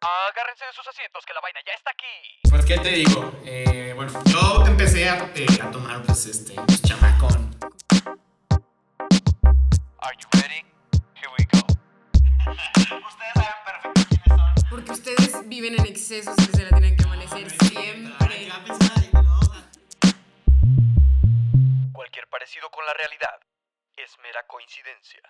Agárrense de sus asientos que la vaina ya está aquí. Pues, ¿qué te digo? Eh, bueno, yo empecé a, eh, a tomar, pues, este, pues, chamacón. Are you ready? Here we go. Ustedes saben perfecto quiénes son. Porque ustedes viven en exceso, ustedes se la tienen que amanecer siempre. Ya pensaba, no, o sea, Cualquier parecido con la realidad es mera coincidencia.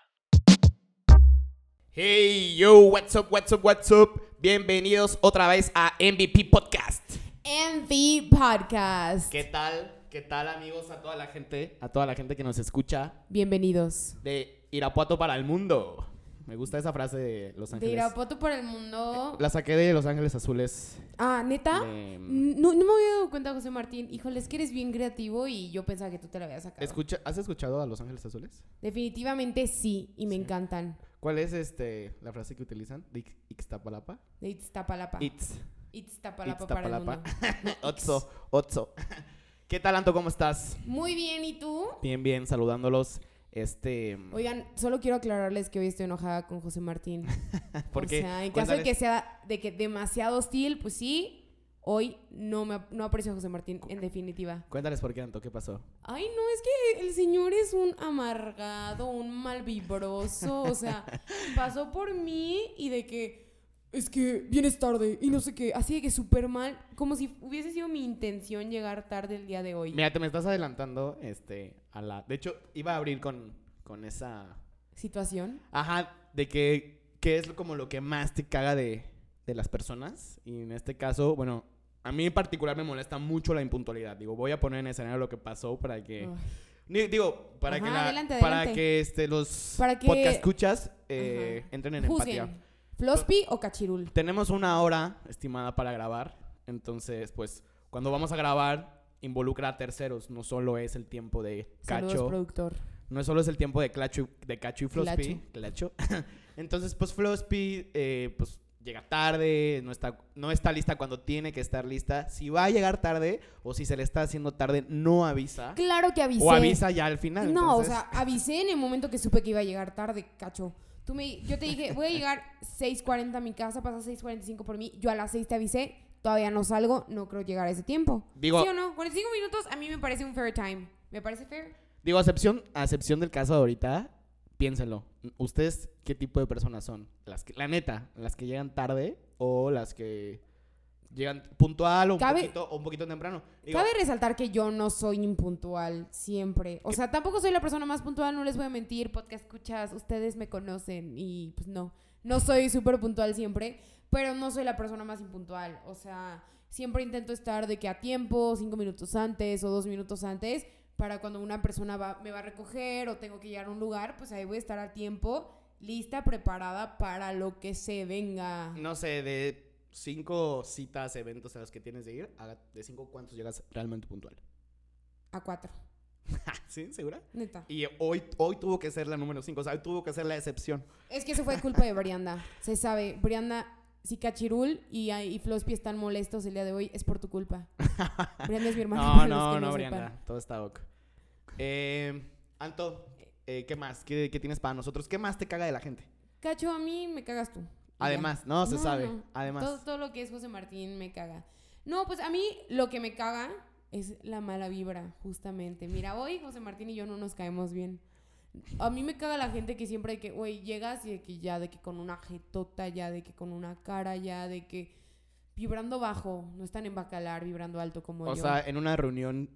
Hey, yo, what's up, what's up, what's up. Bienvenidos otra vez a MVP Podcast. MV Podcast. ¿Qué tal? ¿Qué tal, amigos? A toda la gente, a toda la gente que nos escucha Bienvenidos. de Irapuato para el mundo. Me gusta esa frase de Los De Ángeles. Irapuato por el mundo. La saqué de Los Ángeles Azules. Ah, Mm. neta. De- No, no me había dado cuenta, José Martín. Híjole, es que eres bien creativo y yo pensaba que tú te la habías sacado. Escucha, ¿Has escuchado a Los Ángeles Azules? Definitivamente sí, y me encantan. ¿Cuál es este, la frase que utilizan? ¿De Ix- Ixtapalapa? De Iztapalapa. It's. Iztapalapa para el mundo. Otso, Otso. ¿Qué tal, Anto? ¿Cómo estás? Muy bien, ¿y tú? Bien, bien, saludándolos. Este. Oigan, solo quiero aclararles que hoy estoy enojada con José Martín. porque O sea, en caso de que sea de que demasiado hostil, pues sí, hoy no me no aprecio a José Martín, en definitiva. Cuéntales por qué, Anto, ¿qué pasó? Ay, no, es que el señor es un amargado, un malvibroso, o sea, pasó por mí y de que es que vienes tarde y no sé qué, así de que súper mal, como si hubiese sido mi intención llegar tarde el día de hoy. Mira, te me estás adelantando este, a la. De hecho, iba a abrir con, con esa. ¿Situación? Ajá, de que, que es como lo que más te caga de, de las personas. Y en este caso, bueno, a mí en particular me molesta mucho la impuntualidad. Digo, voy a poner en escenario lo que pasó para que. Ay. Ni- Digo, para Ajá, que, la- adelante, para adelante. que este, los Para que- podcast escuchas eh, Ajá. entren en empatía. Juzguen. ¿Flospi o Cachirul? Tenemos una hora estimada para grabar, entonces pues cuando vamos a grabar involucra a terceros, no solo es el tiempo de Saludos, Cacho, productor. no solo es el tiempo de, Clacho, y- de Cacho y Flospi, Clacho. Clacho. entonces pues Flospi eh, pues llega tarde, no está, no está lista cuando tiene que estar lista, si va a llegar tarde o si se le está haciendo tarde no avisa Claro que avisé. o avisa ya al final. No, entonces- o sea, avisé en el momento que supe que iba a llegar tarde, cacho. Tú me, yo te dije, voy a llegar 6.40 a mi casa, pasa 6.45 por mí. Yo a las 6 te avisé, todavía no salgo, no creo llegar a ese tiempo. Digo- ¿Sí o no? 45 minutos a mí me parece un fair time. ¿Me parece fair? Digo, a excepción, a excepción del caso de ahorita, piénsenlo. ¿Ustedes qué tipo de personas son? Las que, la neta, las que llegan tarde o las que llegan puntual o un, Cabe- poquito, o un poquito temprano. Digo, Cabe resaltar que yo no soy impuntual siempre. O sea, tampoco soy la persona más puntual, no les voy a mentir. Podcast escuchas, ustedes me conocen y pues no. No soy súper puntual siempre, pero no soy la persona más impuntual. O sea, siempre intento estar de que a tiempo, cinco minutos antes o dos minutos antes, para cuando una persona va- me va a recoger o tengo que llegar a un lugar, pues ahí voy a estar a tiempo, lista, preparada para lo que se venga. no sé, de cinco citas, eventos a los que tienes de ir, a- de cinco, ¿cuántos llegas realmente puntual? A cuatro, ¿Sí? ¿Segura? neta. Y hoy, hoy tuvo que ser la número cinco, o sea, hoy tuvo que ser la excepción. Es que eso fue culpa de Brianda. Se sabe, Brianda, si Cachirul y, y Flospi están molestos el día de hoy, es por tu culpa. Brianda es mi hermana. No, para los no, que no, sepan. Brianda. Todo está ok. Eh, Anto, eh, ¿qué más? ¿Qué, qué tienes para nosotros? ¿Qué más te caga de la gente? Cacho, a mí me cagas tú. Y ya. Además, no, se sabe. no. Además. Todo, todo lo que es José Martín me caga. No, pues a mí lo que me caga es la mala vibra, justamente. Mira, hoy José Martín y yo no nos caemos bien. A mí me caga la gente que siempre de que, güey, llegas y de que ya, de que con una jetota, ya, de que con una cara, ya, de que vibrando bajo, no están en bacalar, vibrando alto como o yo. sea, en una reunión,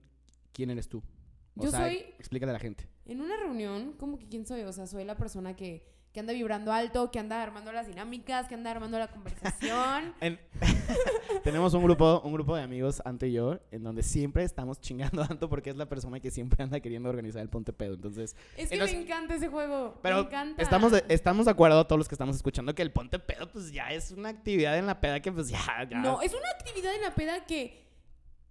¿quién eres tú? O Yo sea, soy- Explícale a la gente. En una reunión, como que quién soy, o sea, soy la persona que, que anda vibrando alto, que anda armando las dinámicas, que anda armando la conversación. Tenemos un grupo, un grupo de amigos, Anto y yo, en donde siempre estamos chingando a Anto porque es la persona que siempre anda queriendo organizar el ponte pedo. Entonces, Es que Entonces- me encanta ese juego. me pero encanta. estamos de, estamos de acuerdo todos los que estamos escuchando que el ponte pedo pues ya es una actividad en la peda que pues ya, ya. No, es una actividad en la peda que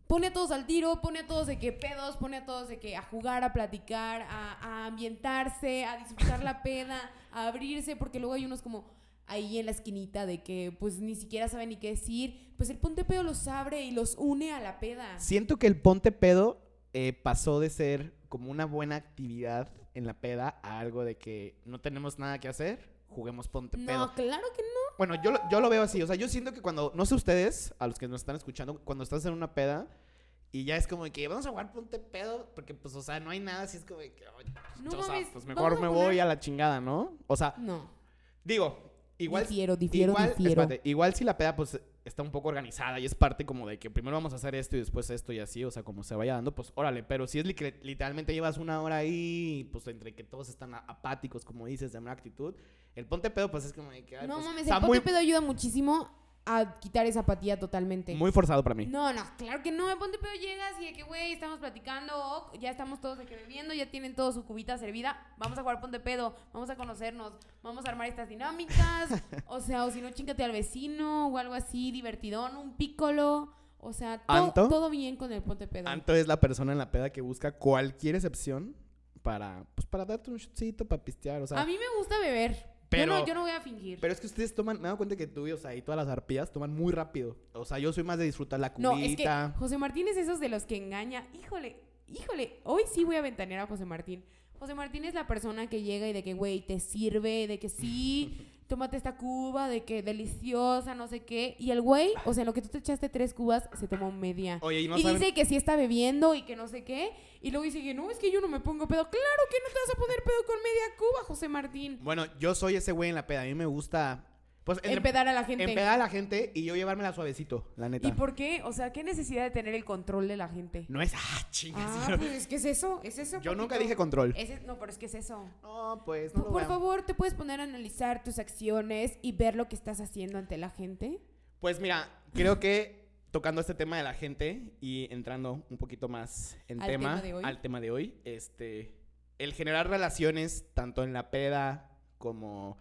pone a todos al tiro, pone a todos de que pedos, pone a todos de que a jugar, a platicar, a, a ambientarse, a disfrutar la peda, a abrirse, porque luego hay unos como ahí en la esquinita de que pues ni siquiera saben ni qué decir. Pues el ponte pedo los abre y los une a la peda. Siento que el ponte pedo eh, pasó de ser como una buena actividad en la peda a algo de que no tenemos nada que hacer, juguemos ponte pedo. No, claro que no. Bueno, yo, lo- yo lo veo así. O sea, yo siento que cuando, no sé ustedes, a los que nos están escuchando, cuando estás en una peda y ya es como de que vamos a jugar ponte pedo, porque pues, o sea, no hay nada, así es como de que, ay, pues, No o sea, mames, pues vamos mejor a me jugar. voy a la chingada, ¿no? O sea, No. digo, igual. Difiero, difiero, igual, difiero. espérate, igual si la peda, pues está un poco organizada y es parte como de que primero vamos a hacer esto y después esto y así, o sea, como se vaya dando, pues órale, pero si es li- que literalmente llevas una hora ahí, pues entre que todos están a- apáticos, como dices, de mala actitud, el ponte pedo, pues es como de que. ay, no pues, mames, el está ponte muy, pedo ayuda muchísimo a quitar esa apatía totalmente. muy forzado para mí. No, no, claro que no. En Ponte Pedo llegas y de que, güey, estamos platicando, ok, ya estamos todos aquí bebiendo, ya tienen toda su cubita servida. Vamos a jugar Ponte Pedo, vamos a conocernos, vamos a armar estas dinámicas. o sea, o si no, chingate al vecino o algo así, divertidón, un pícolo. O sea, to- ¿Anto? todo bien con el Ponte Pedo. Anto es la persona en la peda que busca cualquier excepción para, pues, para darte un shotcito, para pistear, o sea. a mí me gusta beber. Pero- yo, no, yo no voy a fingir. Pero es que ustedes toman, me he dado cuenta que tú y, o sea, y todas las arpías toman muy rápido. O sea, yo soy más de disfrutar la cubita. no, es que José Martín es esos de los que engaña. Híjole, híjole, hoy sí voy a ventanear a José Martín. José Martín es la persona que llega y de que, güey, te sirve, de que sí, tómate esta cuba, de que deliciosa, no sé qué. Y el güey, o sea, en lo que tú te echaste tres cubas, se tomó media. Oye, y no y saben- dice que sí está bebiendo y que no sé qué. Y luego dice que no, es que yo no me pongo pedo. Claro que no te vas a poner pedo con media cuba, José Martín. Bueno, yo soy ese güey en la peda. A mí me gusta. Pues entre- Empedar a la gente. empedar a la gente y yo llevármela suavecito, la neta. ¿Y por qué? O sea, ¿qué necesidad de tener el control de la gente? No es. ¡Ah, chingas! Ah, pues es que es eso, es eso. yo nunca papito. dije control. Ese- no, pero es que es eso. No, pues. No Eh, Por, lo vean. favor, ¿te puedes poner a analizar tus acciones y ver lo que estás haciendo ante la gente? Pues mira, creo que tocando este tema de la gente y entrando un poquito más en Al tema, tema de hoy. al tema de hoy, este, el generar relaciones tanto en la peda como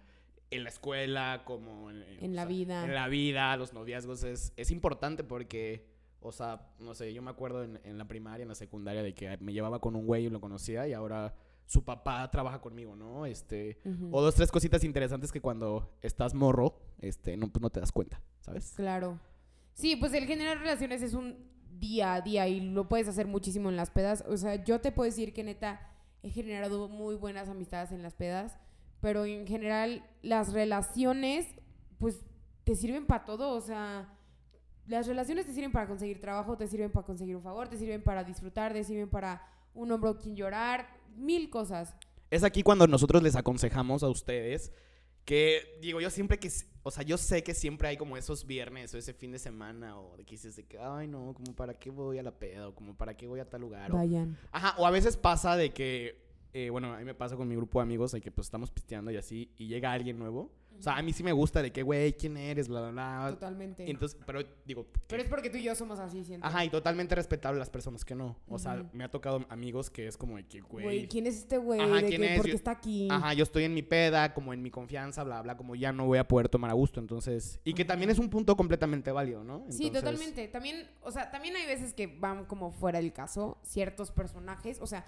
en la escuela, como en, eh, En o la sea, vida. En la vida, los noviazgos es, es importante porque, o sea, no sé, yo me acuerdo en, en la primaria, en la secundaria, de que me llevaba con un güey y lo conocía y ahora su papá trabaja conmigo, ¿no? Este, Ujú. o dos, tres cositas interesantes que cuando estás morro, este, no, pues no te das cuenta, ¿sabes? Claro. Sí, pues el generar relaciones es un día a día y lo puedes hacer muchísimo en las pedas. O sea, yo te puedo decir que neta he generado muy buenas amistades en las pedas, pero en general las relaciones pues te sirven para todo, o sea, las relaciones te sirven para conseguir trabajo, te sirven para conseguir un favor, te sirven para disfrutar, te sirven para un hombro a quien llorar, mil cosas. Es aquí cuando nosotros les aconsejamos a ustedes que, digo, yo siempre que, o sea, yo sé que siempre hay como esos viernes o ese fin de semana o de que dices de que, ay, no, como para qué voy a la peda o como para qué voy a tal lugar. o- Vayan. Ajá, o a veces pasa de que, eh, bueno, a mí me pasa con mi grupo de amigos de que pues estamos pisteando y así y llega alguien nuevo. O sea, a mí sí me gusta de que, güey, ¿quién eres? Bla, bla, bla. Totalmente. Y Ah, Entonces, pero digo, pero es porque tú y yo somos así, siento. ajá, y totalmente respetable las personas que no. O sea, Ujú. me ha tocado amigos que es como de que, Güey, ¿quién es este güey? Ajá, ¿De ¿quién qué? es? ¿Por qué Yo- está aquí? Ajá, yo estoy en mi peda, como en mi confianza, bla, bla, como ya no voy a poder tomar a gusto, entonces... Y que también es un punto completamente válido, ¿no? Sí, Entonces, totalmente. También, o sea, también hay veces que van como fuera del caso ciertos personajes. O sea,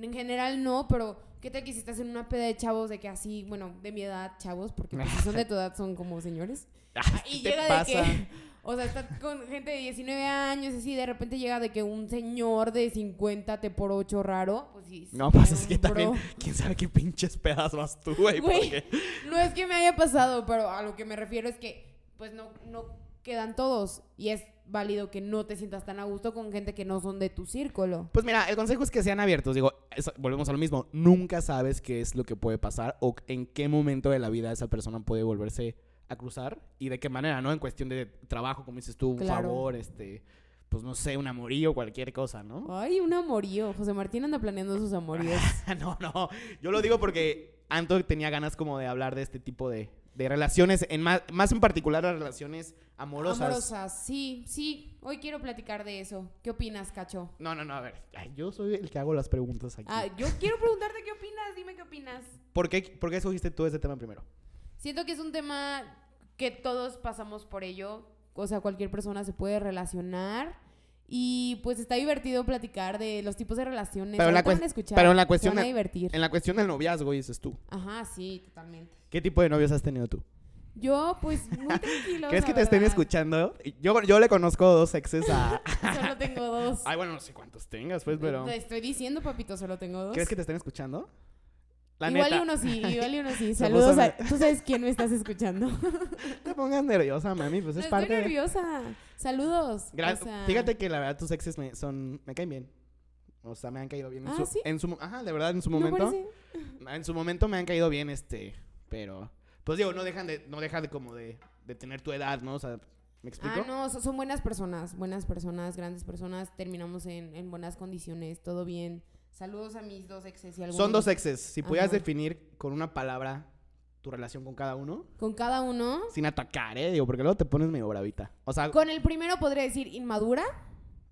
en general no, pero ¿qué tal que si estás en una peda de chavos de que así, bueno, de mi edad, chavos, porque pues, si son de tu edad son como señores. Ah, Y ¿qué te llega de pasa? que, o sea, estás con gente de 19 años, así, de repente llega de que un señor de 50 te por 8 raro, pues sí. No, sí, pues es que bro. también... ¿Quién sabe qué pinches pedas vas tú, güey? Güey. Porque... No es que me haya pasado, pero a lo que me refiero es que, pues no, no quedan todos. Y es válido que no te sientas tan a gusto con gente que no son de tu círculo. Pues mira, el consejo es que sean abiertos. Digo, es- volvemos a lo mismo. Nunca sabes qué es lo que puede pasar o en qué momento de la vida esa persona puede volverse a cruzar y de qué manera, ¿no? En cuestión de trabajo, como dices tú, un Claro. favor, este... Pues no sé, un amorío, cualquier cosa, ¿no? Ay, un amorío. José Martín anda planeando sus amoríos. no, no. Yo lo digo porque Anto tenía ganas como de hablar de este tipo de, de relaciones, en más, más en particular las relaciones amorosas. Amorosas, sí, sí. Hoy quiero platicar de eso. ¿Qué opinas, Cacho? No, no, no, a ver. Ay, yo soy el que hago las preguntas aquí. Ah, yo quiero preguntarte qué opinas. Dime qué opinas. ¿Por, qué, ¿Por qué escogiste tú ese tema primero? Siento que es un tema que todos pasamos por ello. O sea, cualquier persona se puede relacionar. Y pues está divertido platicar de los tipos de relaciones. Pero en la Ahorita cues- van a escuchar, pero en la se cuestión van a de- divertir. En la cuestión del noviazgo, dices tú. Ajá, sí, totalmente. ¿Qué tipo de novios has tenido tú? Yo, pues, muy tranquilo. ¿Crees la que te estén verdad. escuchando? Yo, yo le conozco dos exes a... Solo tengo dos. Ay, bueno, no sé cuántos tengas, pues, pero... Te estoy diciendo, papito, solo tengo dos. ¿Crees que te estén escuchando? La igual y neta. uno sí, igual y uno sí. Se Saludos puso a... Tú sabes quién me estás escuchando. Te pongas nerviosa, mami, pues es No parte estoy de... nerviosa. Saludos. Gra- O sea, Fíjate que la verdad tus exes me, son, me caen bien. O sea, me han caído bien. En Ah, su, ¿sí? en su mo- ajá, de verdad, en su ¿no momento. parece? En su momento me han caído bien, este, pero... Pues digo, no dejan de, no deja de como de, de tener tu edad, ¿no? O sea, ¿me explico? Ah, no, so- son buenas personas, buenas personas, grandes personas. Terminamos en, en buenas condiciones, todo bien. Saludos a mis dos exes. y Son dos exes. Si pudieras Ajá. definir con una palabra tu relación con cada uno, Con cada uno. sin atacar, ¿eh? Digo, porque luego te pones medio bravita. O sea, Con el primero podría decir inmadura,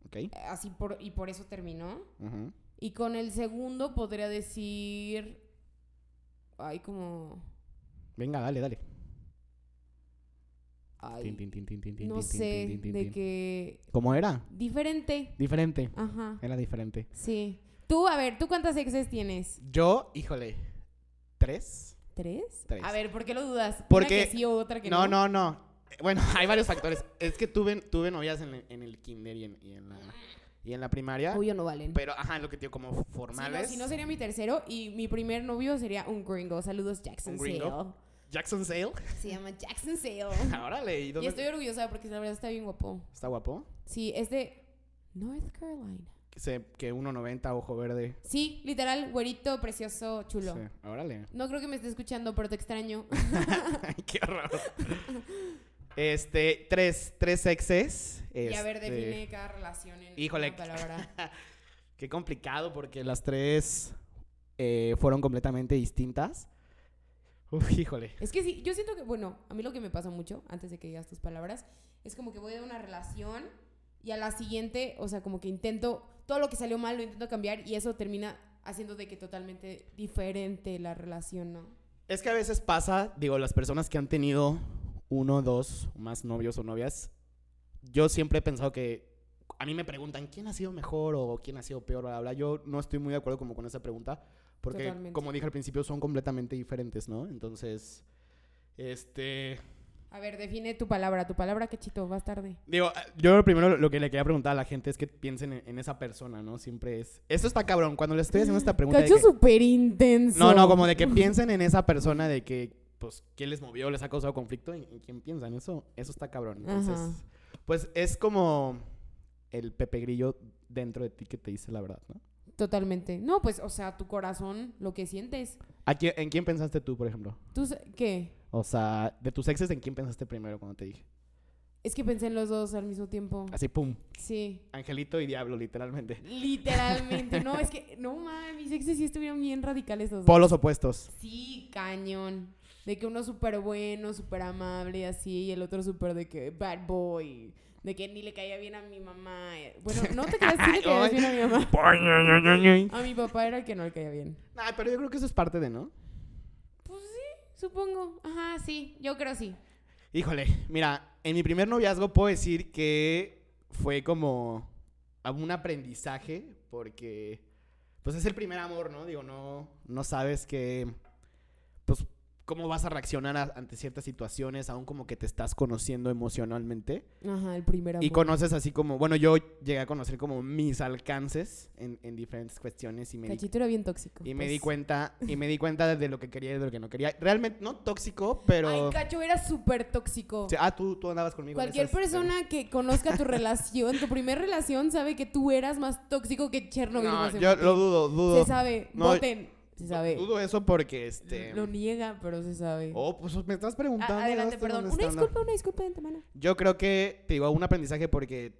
ok. eh, así por, y por eso terminó. ujú. Y con el segundo podría decir. Ay, como. Venga, dale, dale. ay, Tin, tin, tin, tin, tin, tin, no tin, tin, sé, tin, tin, de tin. que. ¿Cómo era? Diferente. Diferente. Ajá. Era diferente. Sí. Tú, a ver, ¿tú cuántas exes tienes? Yo, híjole, ¿tres? ¿Tres? Tres. A ver, ¿por qué lo dudas? Porque- Una que sí o otra que No, no. no, no. Eh, Bueno, hay varios factores. Es que tuve, tuve novias en, el- en el kinder y en, y en la, y en la primaria. Obvio no valen. Pero, ajá, lo que te digo, como Si no, formales. si no sería mi tercero y mi primer novio sería un gringo. Saludos, Jackson ¿Un gringo? Jackson Sale. Sale. Se llama Jackson Sale. Órale, ¿y y dónde- estoy orgullosa porque la verdad está bien guapo. ¿Está guapo? Sí, es de North Carolina. Que se- que 1.90, ojo verde. Sí, literal, güerito, precioso, chulo. Sí, órale. No creo que me esté escuchando, pero te extraño. Ay, qué horror. Este, tres, tres exes. y a ver, Este, define cada relación en Híjole. una palabra. Qué complicado porque las tres eh, fueron completamente distintas. Uf, híjole. Es que sí, yo siento que, bueno, a mí lo que me pasa mucho, antes de que digas tus palabras, es como que voy de una relación y a la siguiente, o sea, como que intento, todo lo que salió mal lo intento cambiar y eso termina haciendo de que totalmente diferente la relación, ¿no? Es que a veces pasa, digo, las personas que han tenido uno, dos, o más novios o novias, yo siempre he pensado que a mí me preguntan quién ha sido mejor o quién ha sido peor, bla, bla, bla. Yo no estoy muy de acuerdo como con esa pregunta, porque Totalmente. como dije al principio, son completamente diferentes, ¿no? Entonces, este... A ver, define tu palabra, tu palabra, cachito, vas tarde. Digo, eh, yo lo primero lo que le quería preguntar a la gente es que piensen en, en esa persona, ¿no? Siempre es... Esto está cabrón, cuando les estoy haciendo esta pregunta... de Cacho que- súper intenso. No, no, como de que piensen en esa persona de que, pues, ¿qué les movió? ¿Les ha causado conflicto? ¿En, en quién piensan? Eso, eso está cabrón. Entonces, Ajá. pues es como el Pepe Grillo dentro de ti que te dice la verdad, ¿no? Totalmente. No, pues, o sea, tu corazón, lo que sientes. ¿A quién- ¿En quién pensaste tú, por ejemplo? ¿Tú sa- qué? O sea, de tus exes, ¿en quién pensaste primero cuando te dije? Es que pensé en los dos al mismo tiempo. Así, pum, Sí. angelito y diablo, literalmente. Literalmente, no, es que, no mames, mis exes sí estuvieron bien radicales los dos. Polos opuestos. Sí, cañón. De que uno súper bueno, súper amable y así, y el otro súper de que bad boy. De que ni le caía bien a mi mamá. Bueno, no te creas que le caía bien a mi mamá. Ay, A mi papá era el que no le caía bien. pero yo creo que eso es parte de, ¿no? Pues sí, supongo. Ajá, sí, yo creo sí. Híjole, mira, en mi primer noviazgo puedo decir que fue como un aprendizaje porque pues es el primer amor, ¿no? Digo, no no sabes que pues cómo vas a reaccionar a- ante ciertas situaciones, aún como que te estás conociendo emocionalmente Ajá, el primer amor. y conoces así como, bueno, yo llegué a conocer como mis alcances en, en diferentes cuestiones y me di Cachito era bien tóxico. y me di pues. cuenta y me di cuenta de lo que quería y de lo que no quería. Realmente no tóxico, pero Ay, Cacho era súper tóxico. Sí, ah, tú, tú andabas conmigo. en Cualquier esas- persona que conozca tu relación, tu primer relación, sabe que tú eras más tóxico que Chernobyl. No, más yo enfrente. lo dudo, dudo. Se sabe, No, voten. Se sabe. Dudo eso porque este. Lo niega, pero se sabe. Oh, pues me estás A- preguntando. adelante, ya estoy perdón. Una contestando. disculpa, una disculpa de antemano. Yo creo que te digo un aprendizaje porque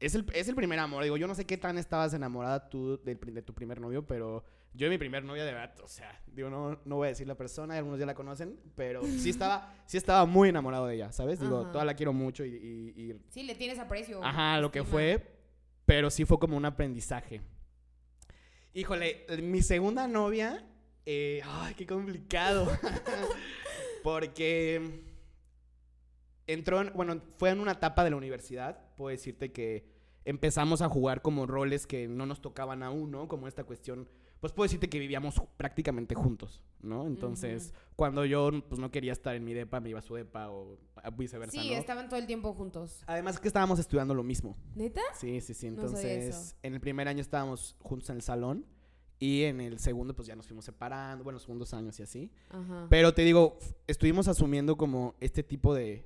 es el, es el primer amor. Digo, yo no sé qué tan estabas enamorada tú del pri- de, tu primer novio, pero yo de mi primer novia de verdad, o sea, digo, no, no voy a decir la persona, algunos ya la conocen, pero sí estaba, sí estaba muy enamorado de ella, ¿sabes? Digo, Ajá. toda la quiero mucho y- y- y Sí, le tienes aprecio. Ajá, lo que estima. fue, pero sí fue como un aprendizaje. Híjole, mi segunda novia, eh, ay, qué complicado. Porque entró, en- bueno, fue en una etapa de la universidad, puedo decirte que empezamos a jugar como roles que no nos tocaban aún, ¿no? Como esta cuestión, pues puedo decirte que vivíamos ju- prácticamente juntos, ¿no? Entonces, cuando yo pues no quería estar en mi depa, me iba a su depa o viceversa, Sí, ¿no? estaban todo el tiempo juntos. Además que estábamos estudiando lo mismo. ¿Neta? Sí, sí, sí. No sabía Entonces, eso. en el primer año estábamos juntos en el salón Y en el segundo, pues ya nos fuimos separando, bueno, segundos años y así. Ajá. Pero te digo, f- estuvimos asumiendo como este tipo de.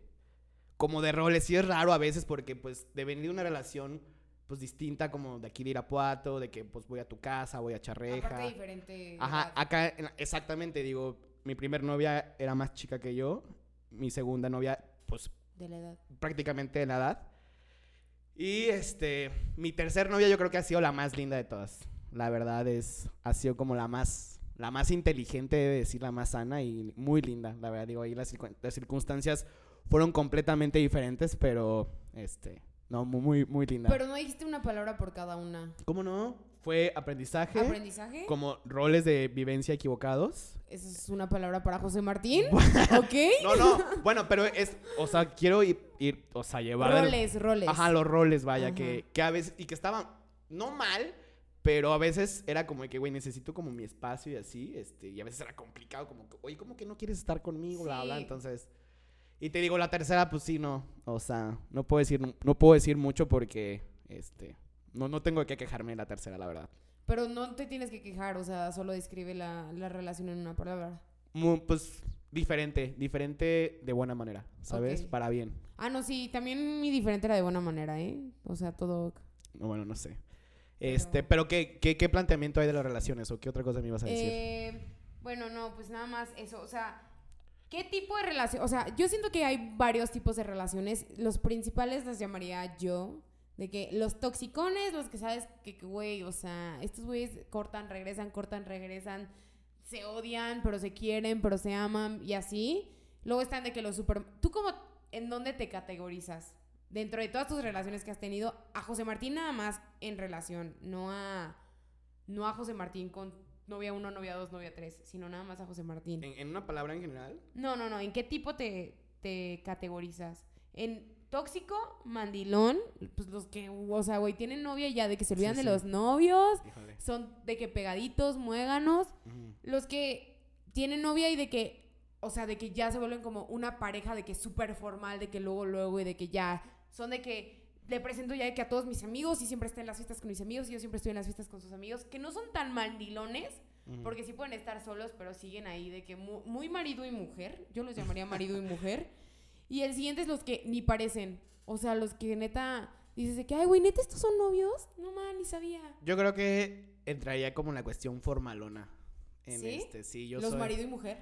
como de roles. Sí es raro a veces porque, pues, de venir de una relación, pues, distinta, como de aquí de Irapuato, de que, pues, voy a tu casa, voy a Charreja. Aparte diferente. Ajá, edad. acá, en la- exactamente, digo, mi primer novia era más chica que yo. Mi segunda novia, pues, De la edad. prácticamente de la edad. Y este, mi tercer novia yo creo que ha sido la más linda de todas. La verdad es, ha sido como la más, la más inteligente, de decir, la más sana y muy linda. La verdad, digo, ahí las, circun- las circunstancias fueron completamente diferentes, pero este, no, mu- muy, muy linda. Pero no dijiste una palabra por cada una. ¿Cómo no? Fue aprendizaje, ¿Aprendizaje? como roles de vivencia equivocados. ¿Esa es una palabra para José Martín? ¿Ok? No, no, bueno, pero es, o sea, quiero ir, ir, o sea, llevar... el- roles, roles. Ajá, los roles, vaya, Ajá. Que, que a veces, y que estaban, no mal, pero a veces era como de que, güey, necesito como mi espacio y así, este, y a veces era complicado, como, que, oye, ¿cómo que no quieres estar conmigo? Bla, bla, Sí. entonces. Y te digo, la tercera, pues sí, no, o sea, no puedo decir, no puedo decir mucho porque, este, no, no tengo de qué quejarme de la tercera, la verdad. Pero no te tienes que quejar, o sea, solo describe la, la relación en una palabra. Mu- pues, diferente, diferente de buena manera, ¿sabes? Ok. Para bien. Ah, no, sí, también mi diferente era de buena manera, ¿eh? O sea, todo... No, Bueno, no sé. Este, pero, ¿qué, qué, ¿qué planteamiento hay de las relaciones o qué otra cosa me ibas a decir? Eh, bueno, no, pues nada más eso. O sea, ¿qué tipo de relación? O sea, yo siento que hay varios tipos de relaciones. Los principales las llamaría yo. De que los toxicones, los que sabes que, que, güey, o sea, estos güeyes cortan, regresan, cortan, regresan, se odian, pero se quieren, pero se aman y así. Luego están de que los super... ¿Tú cómo, en dónde te categorizas? Dentro de todas tus relaciones que has tenido, a José Martín nada más en relación, no a, no a José Martín con novia 1, novia 2, novia 3, sino nada más a José Martín. En, en una palabra en general. No, no, no, ¿en qué tipo te, te categorizas? En tóxico, mandilón, pues los que, o sea, güey, tienen novia ya de que se olvidan Sí, de sí. los novios, Híjole. son de que pegaditos, muéganos, los que tienen novia y de que, o sea, de que ya se vuelven como una pareja de que súper formal, de que luego, luego y de que ya son de que le presento ya de que a todos mis amigos y siempre está en las fiestas con mis amigos y yo siempre estoy en las fiestas con sus amigos, que no son tan mandilones, Mm. porque sí pueden estar solos, pero siguen ahí de que mu- muy marido y mujer, yo los llamaría marido y mujer. Y el siguiente es los que ni parecen, o sea, los que neta dices de que, ay, güey, neta, estos son novios, no man, ni sabía. Yo creo que entraría como en la cuestión formalona. En ¿Sí? este, sí, yo los soy. marido y mujer.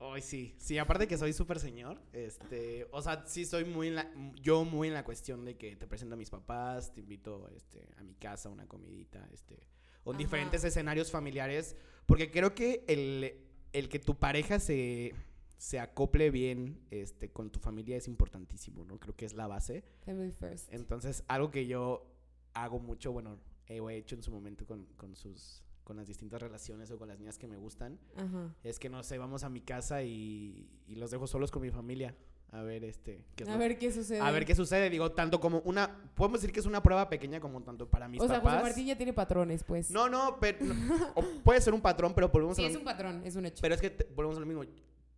Ay, sí. Sí, aparte que soy súper señor. Este. O sea, sí soy muy en la. Yo muy en la cuestión de que te presento a mis papás, te invito este, a mi casa, una comidita, este. O en Ajá. diferentes escenarios familiares. Porque creo que el, el que tu pareja se, se acople bien este, con tu familia es importantísimo, ¿no? Creo que es la base. Family first. Entonces, algo que yo hago mucho, bueno, eh, o he hecho en su momento con, con sus con las distintas relaciones o con las niñas que me gustan, Ajá. es que no sé, vamos a mi casa y, y los dejo solos con mi familia. A ver, este. ¿qué es A lo- ver qué sucede. a ver qué sucede. Digo, tanto como una. Podemos decir que es una prueba pequeña, como tanto para mis O sea, papás. José Martín ya tiene patrones, pues. No, no, pero. no, o puede ser un patrón, pero volvemos Sí, a lo es mi- un patrón, es un hecho. Pero es que te- volvemos a lo mismo.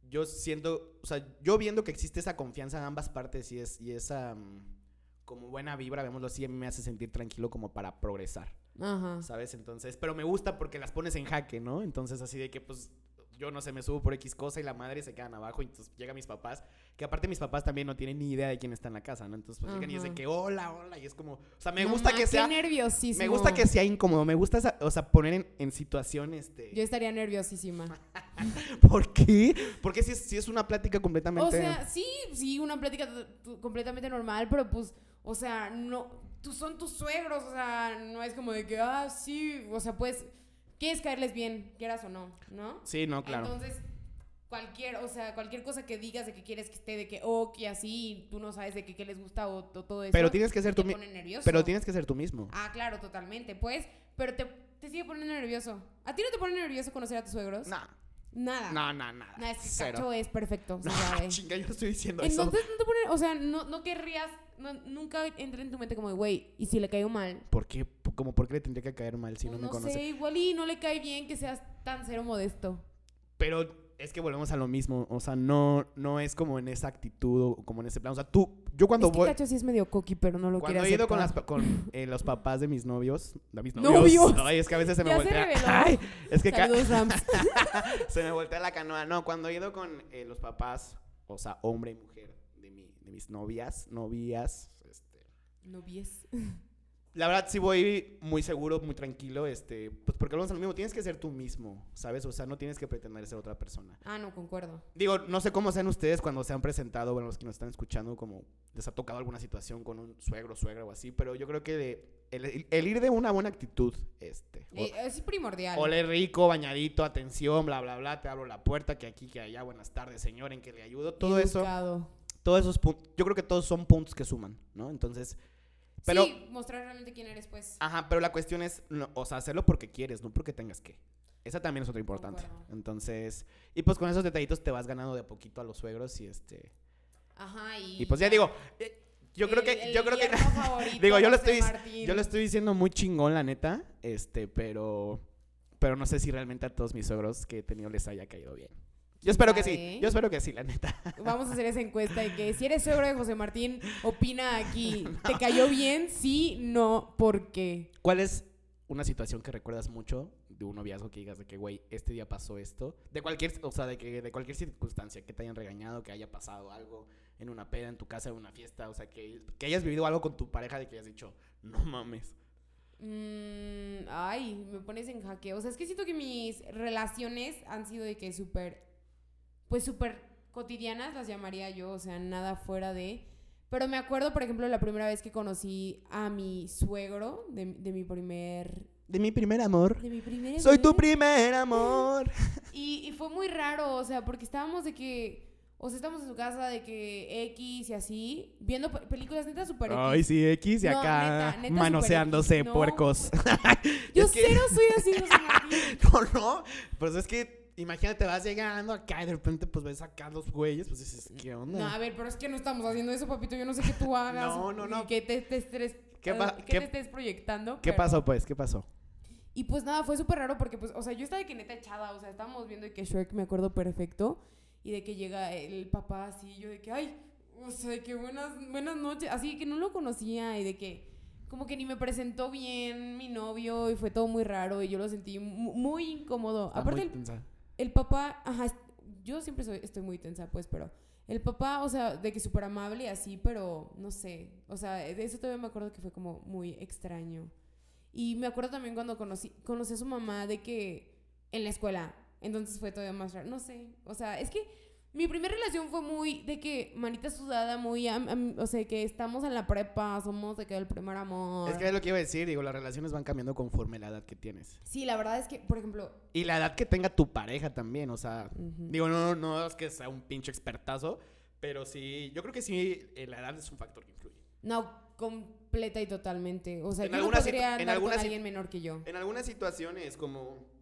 Yo siento, o sea, yo viendo que existe esa confianza en ambas partes y, es, y esa mm, como buena vibra, vemoslo así, a mí me hace sentir tranquilo como para progresar, Ajá. ¿sabes? Entonces, pero me gusta porque las pones en jaque, ¿no? Entonces, así de que, pues, yo no sé, me subo por X cosa y la madre se quedan abajo y entonces llegan mis papás, que aparte mis papás también no tienen ni idea de quién está en la casa, ¿no? Entonces, pues llegan y es de Ajá. que, hola, hola, y es como, o sea, me No gusta ma, que qué sea... nerviosísimo. Me gusta que sea incómodo, me gusta, esa- o sea, poner en, en situación, este... Yo estaría nerviosísima. ¿Por qué? Porque si es, si es una plática completamente. O sea, sí, sí, una plática t- t- completamente normal, pero pues, o sea, no, tú son tus suegros, o sea, no es como de que, ah, sí, o sea, pues, quieres caerles bien, quieras o no, ¿no? sí, no, claro. Entonces, cualquier, o sea, cualquier cosa que digas de que quieres que esté, de que, oh, que así, y tú no sabes de que, qué les gusta o, o todo eso. pero tienes que ser tú te mi- pone nervioso. Pero tienes que ser tú mismo. Ah, claro, totalmente, pues, pero te, te sigue poniendo nervioso. ¿A ti no te pone nervioso conocer a tus suegros? No, Nada. no, no, nada. Nada, es que Cero. Cacho es perfecto, se No, sabe. chinga, yo no estoy diciendo eso. Entonces no te pone, o sea, no, no querrías, no- nunca entra en tu mente como, de, güey, ¿y si le caigo mal? ¿Por qué? P- Como, ¿Por qué le tendría que caer mal si Pues no me conoce? sé, igual y no le cae bien que seas tan cero modesto. Pero Es que volvemos a lo mismo, o sea, no, no es como en esa actitud o como en ese plan. O sea, tú, yo cuando es que voy, Cacho sí es medio coqui, pero no lo quiere cuando he ido con, las, aceptar. pa- con eh, los papás de mis novios, de mis novios, ¡Novios! ay, es que a veces se me Ya se voltea, reveló. ay, es que ca- Saludos, Rams. se me voltea la canoa. No, cuando he ido con eh, los papás, o sea, hombre y mujer de, mi, de mis novias, novias, este, No vies. la verdad sí voy muy seguro, muy tranquilo, este, pues porque volvemos a lo mismo, tienes que ser tú mismo, ¿sabes? O sea, no tienes que pretender ser otra persona. Ah, no, concuerdo. Digo, no sé cómo sean ustedes cuando se han presentado, bueno, los que nos están escuchando, como les ha tocado alguna situación con un suegro, suegra o así, pero yo creo que el, el ir de una buena actitud, este. o- Eh, es primordial. Ole rico, bañadito, atención, bla, bla, bla, te abro la puerta, que aquí, que allá, buenas tardes, señor, en que le ayudo, todo eso, Educado. todos esos puntos, yo creo que todos son puntos que suman, ¿no? Entonces, pero, Sí, mostrar realmente quién eres, pues. ajá, pero la cuestión es, no, o sea, hacerlo porque quieres, no porque tengas que. Esa también es otra importante. Concuerdo. Entonces, y pues con esos detallitos te vas ganando de a poquito a los suegros y este... Ajá, y... Y pues ya digo, eh, yo creo El- que, el yo creo que, yerno favorito digo, yo lo José estoy, Martín. yo lo estoy diciendo muy chingón, la neta, este, pero, pero no sé si realmente a todos mis suegros que he tenido les haya caído bien. Yo espero que sí, sabe? yo espero que sí, la neta. Vamos a hacer esa encuesta de que si eres suegro de José Martín, opina aquí. ¿Te cayó bien? Sí, no, ¿por qué? ¿Cuál es una situación que recuerdas mucho de un noviazgo que digas de que, güey, este día pasó esto? De cualquier, o sea, de que de cualquier circunstancia, que te hayan regañado, que haya pasado algo en una peda, en tu casa, en una fiesta, o sea, que, que hayas vivido algo con tu pareja de que hayas dicho, no mames. Mm, ay, me pones en jaque. O sea, es que siento que mis relaciones han sido de que súper, pues súper cotidianas las llamaría yo, o sea, nada fuera de... Pero me acuerdo, por ejemplo, la primera vez que conocí a mi suegro de, de mi primer... De mi primer amor. De mi primer Soy tu amor. primer amor. Y, y fue muy raro, o sea, porque estábamos de que... O sea, estábamos en su casa de que X y así, viendo pe- películas neta super X. Ay, sí, X y No, acá neta, neta, manoseándose super X. No, puercos. Yo es que- cero soy así, José Martín. no, no. Pues es que, imagínate, vas llegando acá y de repente pues ves acá los güeyes, pues dices, ¿qué onda? No, a ver, pero es que no estamos haciendo eso, papito. Yo no sé qué tú hagas. No, no, y no. Que te, te estres- ¿Qué pa- que qué- te estés proyectando. ¿Qué pero- pasó pues? ¿Qué pasó? Y pues nada, fue súper raro porque, pues, o sea, yo estaba de que neta echada. O sea, estábamos viendo de que Shrek, me acuerdo perfecto. Y de que llega el papá así, y yo de que, ay, o sea, de que buenas, buenas noches. Así que no lo conocía y de que, como que ni me presentó bien mi novio y fue todo muy raro y yo lo sentí mu- muy incómodo. Está Aparte, muy el tensa. el papá, ajá, es- yo siempre soy, estoy muy tensa, pues, pero el papá, o sea, de que súper amable y así, pero no sé, o sea, de eso todavía me acuerdo que fue como muy extraño. Y me acuerdo también cuando conocí, conocí a su mamá de que en la escuela, entonces fue todavía más raro, no sé, o sea, es que mi primera relación fue muy de que manita sudada, muy, am- am- o sea, que estamos en la prepa, somos de que el primer amor. Es que es lo que iba a decir, digo, las relaciones van cambiando conforme la edad que tienes. Sí, la verdad es que, por ejemplo... Y la edad que tenga tu pareja también, o sea, ujú. digo, no, no es que sea un pinche expertazo, pero sí, yo creo que sí, eh, la edad es un factor que influye. No, completa y totalmente. O sea, En yo no alguna situ- podría en andar con alguna situ- alguien menor que yo. En algunas situaciones, como.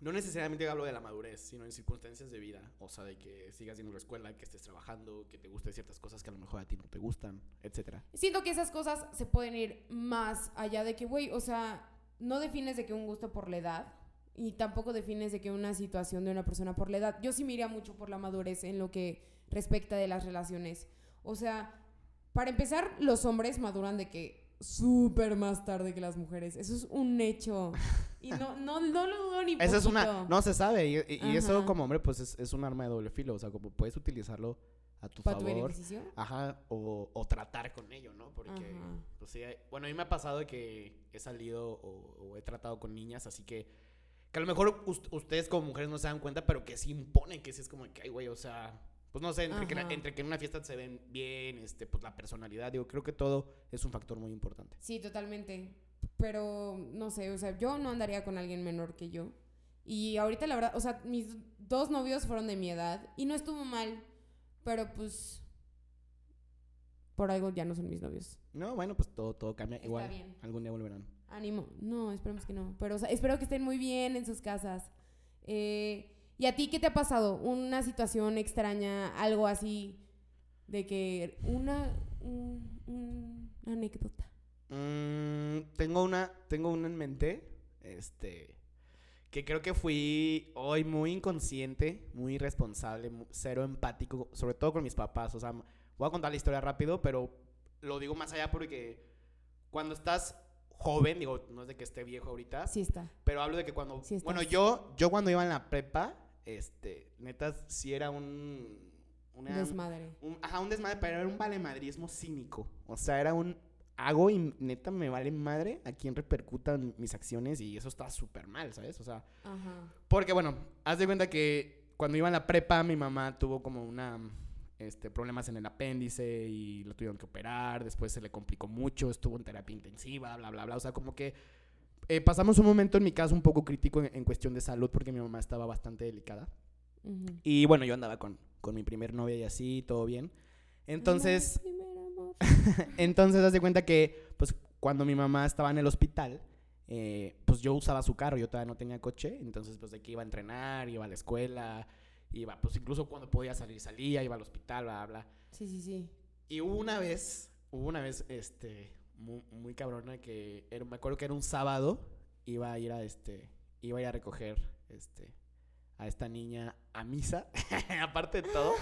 No necesariamente hablo de la madurez, sino en circunstancias de vida. O sea, de que sigas yendo a la escuela, que estés trabajando, que te gusten ciertas cosas que a lo mejor a ti no te gustan, etcétera. Siento que esas cosas se pueden ir más allá de que, güey, o sea, no defines de que un gusto por la edad y tampoco defines de que una situación de una persona por la edad. Yo sí miraría mucho por la madurez en lo que respecta de las relaciones. O sea, para empezar, los hombres maduran de que súper más tarde que las mujeres. Eso es un hecho. Y no, no, no lo dudo ni Esa es una. poquito. No se sabe. Y, y- y eso, Ajá. como hombre, pues es, es un arma de doble filo. O sea, como puedes utilizarlo a tu ¿Para tu favor. beneficio? Ajá, o, o tratar con ello, ¿no? Porque, Ajá. pues sí, hay- bueno, a mí me ha pasado que he salido o, o he tratado con niñas, así que, que a lo mejor us- ustedes como mujeres no se dan cuenta, pero que sí impone, que sí es como que, ay, güey, o sea, pues no sé, entre que, la- Ajá. entre que en una fiesta se ven bien, este, pues la personalidad, digo, creo que todo es un factor muy importante. Sí, totalmente. Pero no sé, o sea, yo no andaría con alguien menor que yo. Y ahorita la verdad, o sea, mis dos novios fueron de mi edad y no estuvo mal, pero pues por algo ya no son mis novios. No, bueno, pues todo, todo cambia, Está igual, bien. algún día volverán. Ánimo. No, esperemos que no. Pero o sea, espero que estén muy bien en sus casas. Eh, ¿Y a ti qué te ha pasado? ¿Una situación extraña? ¿Algo así? De que una, un- un- una anécdota. Mm, tengo una, tengo una en mente, este, que creo que fui hoy muy inconsciente, muy irresponsable, mu- cero empático, sobre todo con mis papás. O sea, m- voy a contar la historia rápido, pero lo digo más allá porque cuando estás joven, digo, no es de que esté viejo ahorita, Sí está. pero hablo de que cuando... Sí estás. bueno, yo, yo cuando iba en la prepa, este, netas, sí era un... Una, Desmadre. un, ajá, un desmadre, pero era un valemadrismo cínico. O sea, era un hago y neta me vale madre a quién repercutan mis acciones y eso está súper mal, ¿sabes? O sea, Ajá. porque bueno, haz de cuenta que cuando iba a la prepa mi mamá tuvo como una este problemas en el apéndice y lo tuvieron que operar, después se le complicó mucho, estuvo en terapia intensiva, bla bla bla, o sea, como que eh, pasamos un momento en mi caso un poco crítico en- en cuestión de salud porque mi mamá estaba bastante delicada. Ujú. Y bueno, yo andaba con, con mi primer novia y así, todo bien. Entonces, Ay, primer amor. entonces, haz de cuenta que, pues, cuando mi mamá estaba en el hospital, eh, pues yo usaba su carro, yo todavía no tenía coche, entonces, pues, de que iba a entrenar, iba a la escuela, iba, pues, incluso cuando podía salir, salía, iba al hospital, bla, bla. Sí, sí, sí. Y hubo una vez, hubo una vez, este, muy, muy cabrona que era- me acuerdo que era un sábado, iba a ir a este, iba a ir a recoger, este, a esta niña a misa, aparte de todo,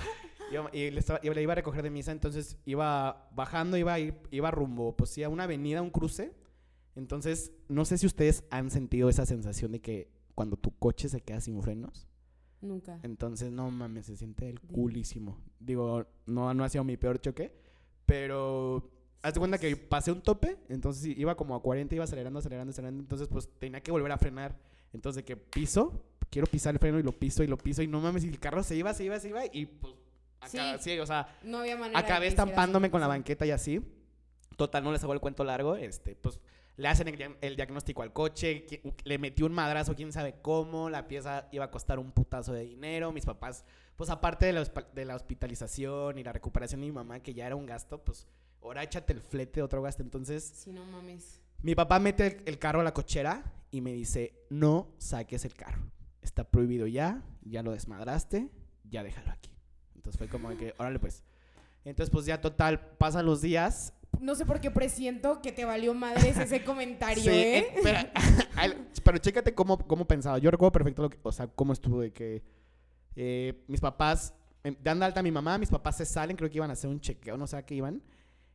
yo, y le, estaba- yo le iba a recoger de misa, entonces iba bajando, iba, a ir- iba rumbo, pues sí, a una avenida, a un cruce, entonces no sé si ustedes han sentido esa sensación de que cuando tu coche se queda sin frenos, Nunca. entonces, no mames, se siente del Di- culísimo. Digo, no, no ha sido mi peor choque, pero haz de cuenta que pasé un tope, entonces i- iba como a 40, iba acelerando, acelerando, acelerando, entonces pues tenía que volver a frenar. Entonces, de que piso, quiero pisar el freno y lo piso y lo piso y no mames, y el carro se iba, se iba, se iba y pues acá, Sí. sí, o sea, No había manera. de acabé que hicieras estampándome otra con la cosa. banqueta y así. Total, no les hago el cuento largo. Este, pues le hacen el, dia- el diagnóstico al coche, qui- le metí un madrazo, quién sabe cómo, la pieza iba a costar un putazo de dinero, mis papás, pues aparte de la, hospa- de la hospitalización y la recuperación de mi mamá, que ya era un gasto, pues ahora échate el flete, otro gasto. Entonces, Sí, no mames. mi papá mete el, el carro a la cochera y me dice, no saques el carro. Está prohibido ya, ya lo desmadraste, ya déjalo aquí. Entonces fue como de que, órale pues. Entonces pues ya total, pasan los días. No sé por qué presiento que te valió madres ese comentario, Sí, ¿eh? eh, pero, al- pero chécate cómo, cómo pensaba. Yo recuerdo perfecto, lo que- o sea, cómo estuvo de que eh, mis papás, eh, dan de alta a mi mamá, mis papás se salen, creo que iban a hacer un chequeo, no sé a qué iban.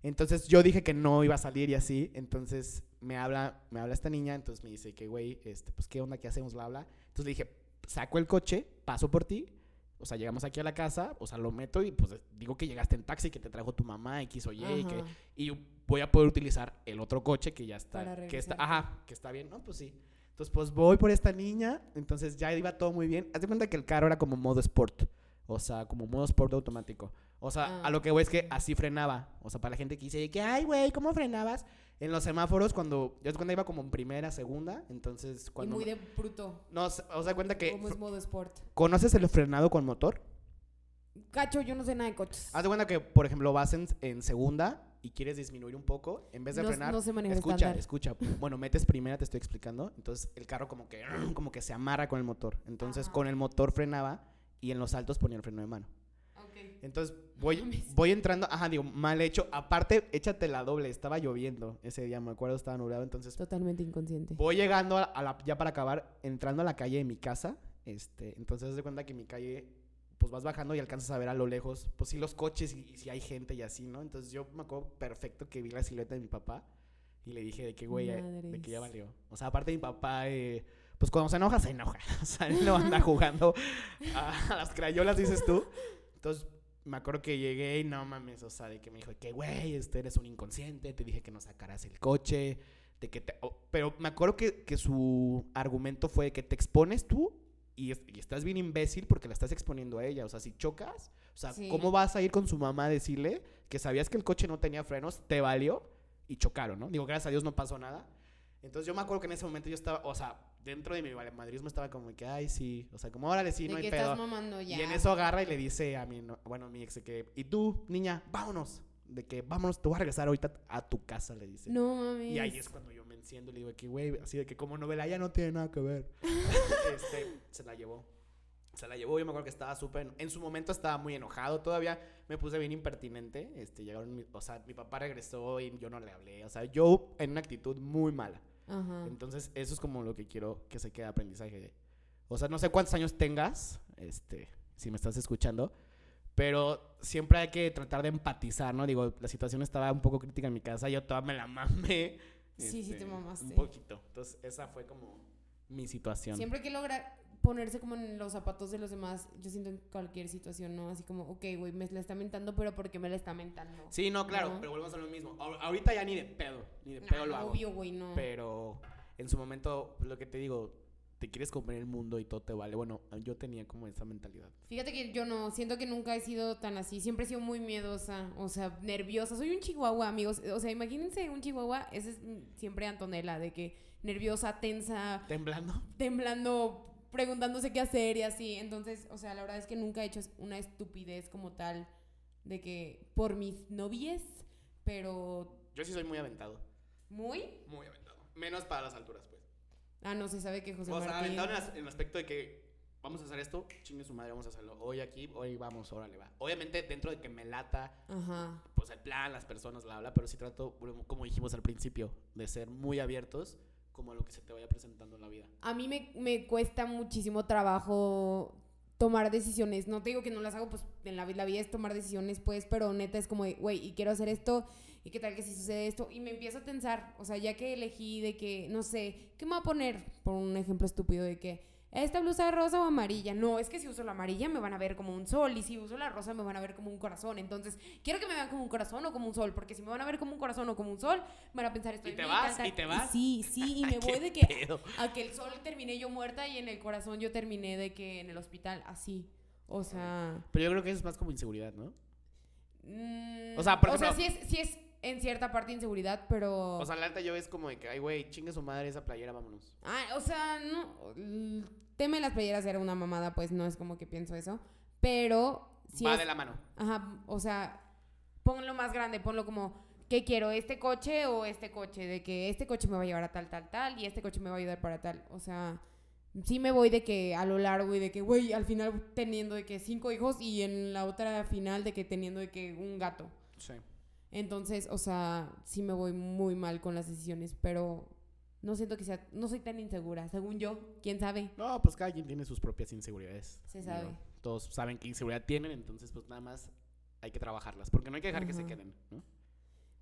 Entonces yo dije que no iba a salir y así. Entonces me habla, me habla esta niña, entonces me dice que, güey, este, pues qué onda, qué hacemos, bla, bla. Entonces le dije, saco el coche, paso por ti. O sea, llegamos aquí a la casa, o sea, lo meto y pues digo que llegaste en taxi, que te trajo tu mamá y quiso oye, y que Ajá. y voy a poder utilizar el otro coche que ya está, Para que está, regresarte. ajá, que está bien, ¿no? Pues sí. Entonces, pues voy por esta niña, entonces ya iba todo muy bien. Haz de cuenta que el carro era como modo sport, o sea, como modo sport automático. O sea, Ah. a lo que voy es que así frenaba. O sea, para la gente que dice, de que, ay, güey, ¿cómo frenabas? En los semáforos, cuando, yo cuando iba como en primera, segunda, entonces Y cuando... muy me- de bruto. No, se- os da cuenta que... Como es fr- modo sport. ¿Conoces el frenado con motor? Cacho, yo no sé nada de coches. Haz de cuenta que, por ejemplo, vas en, en segunda y quieres disminuir un poco, en vez de no, frenar... no sé manejar Escucha, estándar. escucha. Bueno, metes primera, te estoy explicando. Entonces el carro como que, como que se amarra con el motor. Entonces Ajá. con el motor frenaba y en los saltos ponía el freno de mano. Ok. Entonces No voy, mames. voy entrando, ajá, digo, mal hecho. Aparte, échate la doble, estaba lloviendo ese día, me acuerdo, estaba nublado. Entonces Totalmente inconsciente. voy llegando a, a la, ya para acabar, entrando a la calle de mi casa. Este, entonces haz de cuenta que mi calle, pues vas bajando y alcanzas a ver a lo lejos, pues sí los coches y, y si hay gente y así, ¿no? Entonces yo me acuerdo perfecto que vi la silueta de mi papá y le dije de que, güey, eh, de que ya Madres. valió. O sea, aparte mi papá, eh, pues cuando se enoja, se enoja. O sea, él no anda jugando a, a las crayolas, dices tú. Entonces me acuerdo que llegué y no mames, o sea, de que me dijo, de que, güey, este eres un inconsciente, te dije que no sacaras el coche de que te- o- pero me acuerdo que, que su argumento fue que te expones tú y, es- y estás bien imbécil porque la estás exponiendo a ella. O sea, si chocas, o sea, Sí. ¿cómo vas a ir con su mamá a decirle que sabías que el coche no tenía frenos, te valió y chocaron, ¿no? Digo, gracias a Dios no pasó nada. Entonces yo me acuerdo que en ese momento yo estaba, o sea, dentro de mi madrismo estaba como que, ay, sí, o sea, como órale, sí, de no que hay pedo. estás mamando ya. Y en eso agarra y le dice a mi, no- bueno, a mi ex de que, y tú, niña, vámonos. De que vámonos, te voy a regresar ahorita a tu casa, le dice. No mames. Y ahí es cuando yo me enciendo y le digo de que, güey, así de que como novela ya no tiene nada que ver. Este, se la llevó. Se la llevó, yo me acuerdo que estaba súper, en su momento estaba muy enojado, todavía me puse bien impertinente, este, llegaron, mi- o sea, mi papá regresó y yo no le hablé, o sea, yo en una actitud muy mala. Ajá. Ah. Entonces, eso es como lo que quiero que se quede de aprendizaje. de, O sea, no sé cuántos años tengas, este, si me estás escuchando, pero siempre hay que tratar de empatizar, ¿no? Digo, la situación estaba un poco crítica en mi casa, yo toda me la mamé. Este, Sí, sí te mamaste. Un poquito. Entonces, esa fue como mi situación. Siempre que logra ponerse como en los zapatos de los demás, yo siento en cualquier situación, ¿no? Así como, ok, güey, me la está mentando, pero ¿por qué me la está mentando? Sí, no, claro, No. pero volvemos a lo mismo. Ahor- ahorita ya ni de pedo, ni de No, pedo lo no, hago. Ah, Obvio, güey, no. Pero en su momento, lo que te digo, te quieres comer el mundo y todo te vale. Bueno, yo tenía como esa mentalidad. Fíjate que yo no, siento que nunca he sido tan así, siempre he sido muy miedosa, o sea, nerviosa, soy un chihuahua, amigos, o sea, imagínense un chihuahua, ese es mm, siempre Antonella, de que nerviosa, tensa, Temblando. temblando, preguntándose qué hacer y así, entonces, o sea, la verdad es que nunca he hecho una estupidez como tal, de que por mis novies, pero Yo sí soy muy aventado. muy... Muy aventado. Menos para las alturas, pues. Ah, no, se sabe que José o sea, Martín... aventado en as- en el aspecto de que vamos a hacer esto, chingue su madre, vamos a hacerlo. Hoy aquí, hoy vamos, órale, va. Obviamente, dentro de que me lata, Ajá. pues el plan, las personas, la habla, pero sí trato, bueno, como dijimos al principio, de ser muy abiertos como a lo que se te vaya presentando en la vida. A mí me, me cuesta muchísimo trabajo tomar decisiones. No te digo que no las hago, pues en la, vi- la vida es tomar decisiones, pues, pero neta es como, de, güey, y quiero hacer esto, y qué tal que si sucede esto. Y me empiezo a tensar, o sea, ya que elegí de que, no sé, ¿qué me voy a poner? Por un ejemplo estúpido de que, ¿esta blusa rosa o amarilla? No, es que si uso la amarilla me van a ver como un sol, y si uso la rosa me van a ver como un corazón. Entonces, quiero que me vean como un corazón o como un sol, porque si me van a ver como un corazón o como un sol, van a pensar esto. Y te vas, y te vas. Sí, sí, y me ¿Qué voy de que pedo? a que el sol terminé yo muerta y en el corazón yo terminé de que en el hospital, así. O sea. Pero yo creo que eso es más como inseguridad, ¿no? mm, O sea, por sea, sí ejemplo- es, sí es en cierta parte inseguridad, pero. O sea, la neta yo es como de que, ay, güey, chingue su madre esa playera, vámonos. Ah, o sea, no. El tema de las playeras era una mamada, pues no es como que pienso eso. Pero. Sí Va es- de la mano. Ajá, o sea, ponlo más grande, ponlo como. ¿Qué quiero? ¿Este coche o este coche? De que este coche me va a llevar a tal, tal, tal y este coche me va a ayudar para tal. O sea, sí me voy de que a lo largo y de que, güey, al final teniendo de que cinco hijos y en la otra final de que teniendo de que un gato. Sí. Entonces, o sea, sí me voy muy mal con las decisiones, pero no siento que sea, no soy tan insegura, según yo, quién sabe. No, pues cada quien tiene sus propias inseguridades. Se sabe. todos saben qué inseguridad tienen, entonces pues nada más hay que trabajarlas, porque no hay que dejar que se Ajá. queden, ¿no?